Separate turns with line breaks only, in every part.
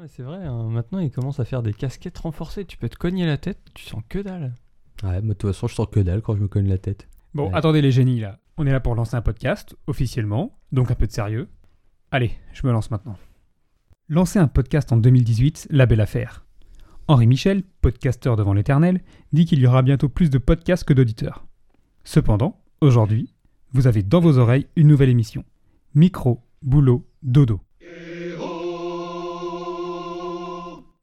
mais c'est vrai, hein, maintenant ils commencent à faire des casquettes renforcées. Tu peux te cogner la tête, tu sens que dalle.
Ouais, mais de toute façon, je sens que dalle quand je me cogne la tête.
Bon,
Ouais.
attendez les génies là. On est là pour lancer un podcast, officiellement, donc un peu de sérieux. Allez, je me lance maintenant. Lancer un podcast en 2018, la belle affaire. Henri Michel, podcasteur devant l'éternel, dit qu'il y aura bientôt plus de podcasts que d'auditeurs. Cependant, aujourd'hui, vous avez dans vos oreilles une nouvelle émission. Micro, boulot, dodo.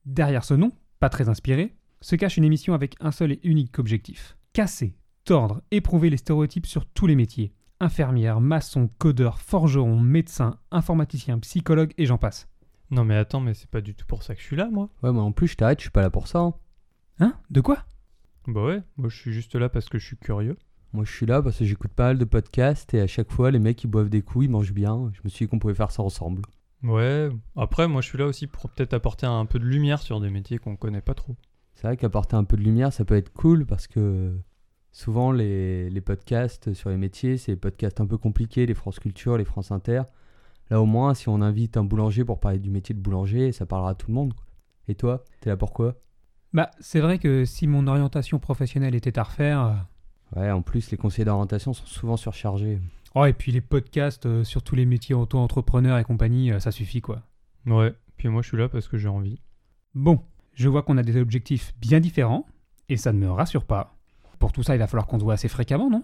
Derrière ce nom, pas très inspiré, se cache une émission avec un seul et unique objectif. Casser, tordre, éprouver les stéréotypes sur tous les métiers. Infirmière, maçon, codeur, forgeron, médecin, informaticien, psychologue et j'en passe.
Non mais attends, mais c'est pas du tout pour ça que je suis là, moi.
Ouais, moi en plus, je t'arrête, je suis pas là pour ça. hein.
Hein De quoi
Bah ouais, moi je suis juste là parce que je suis curieux.
Moi, je suis là parce que j'écoute pas mal de podcasts et à chaque fois, les mecs, ils boivent des coups, ils mangent bien. Je me suis dit qu'on pouvait faire ça ensemble.
Ouais, après moi je suis là aussi pour peut-être apporter un peu de lumière sur des métiers qu'on connaît pas trop.
C'est vrai qu'apporter un peu de lumière, ça peut être cool parce que souvent, les, les podcasts sur les métiers, c'est des podcasts un peu compliqués, les France Culture, les France Inter. Là, au moins, si on invite un boulanger pour parler du métier de boulanger, ça parlera à tout le monde. quoi. Et toi, t'es là pourquoi
Bah, c'est vrai que si mon orientation professionnelle était à refaire. euh,
Ouais, en plus, les conseillers d'orientation sont souvent surchargés.
Oh, et puis les podcasts euh, sur tous les métiers auto-entrepreneurs et compagnie, euh, ça suffit quoi.
Ouais, puis moi je suis là parce que j'ai envie.
Bon, je vois qu'on a des objectifs bien différents, et ça ne me rassure pas. Pour tout ça, il va falloir qu'on se voit assez fréquemment, non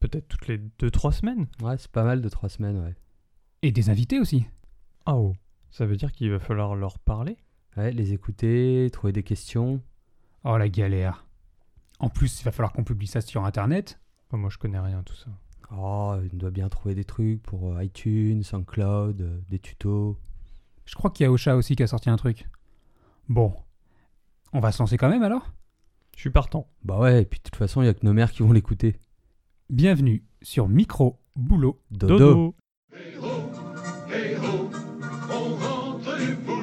Peut-être toutes les 2-3 semaines
Ouais, c'est pas mal de trois semaines, ouais.
Et des invités aussi.
Ah oh, ça veut dire qu'il va falloir leur parler
Ouais, les écouter, trouver des questions.
Oh la galère. En plus, il va falloir qu'on publie ça sur internet.
Enfin, Moi je connais rien à tout ça.
Oh, il doit bien trouver des trucs pour euh, iTunes, SoundCloud, euh, des tutos.
Je crois qu'il y a Ocha aussi qui a sorti un truc. Bon. On va se lancer quand même alors
Je suis partant.
Bah ouais, et puis de toute façon, il y a que nos mères qui vont l'écouter.
Bienvenue sur Micro Boulot
Dodo.
Dodo.
Hey ho, on rentre du boulot.